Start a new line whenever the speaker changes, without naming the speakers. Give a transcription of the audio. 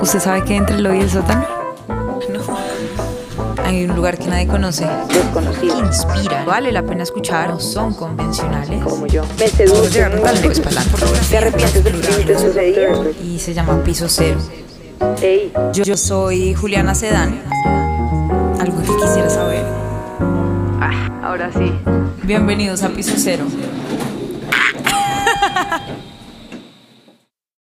¿Usted sabe que entre el lobby y el sótano? No. Hay un lugar que nadie conoce.
desconocido,
Inspira. Vale la pena escuchar. No son convencionales.
como yo. Me seducen,
Llegaron tarde, pues, para la
te arrepientes del crimen
fotografía.
que sucedido.
Y se llama Piso Cero.
Ey,
Yo, yo soy Juliana Sedán. Algo que quisiera saber.
ah, ahora sí.
Bienvenidos a Piso Cero.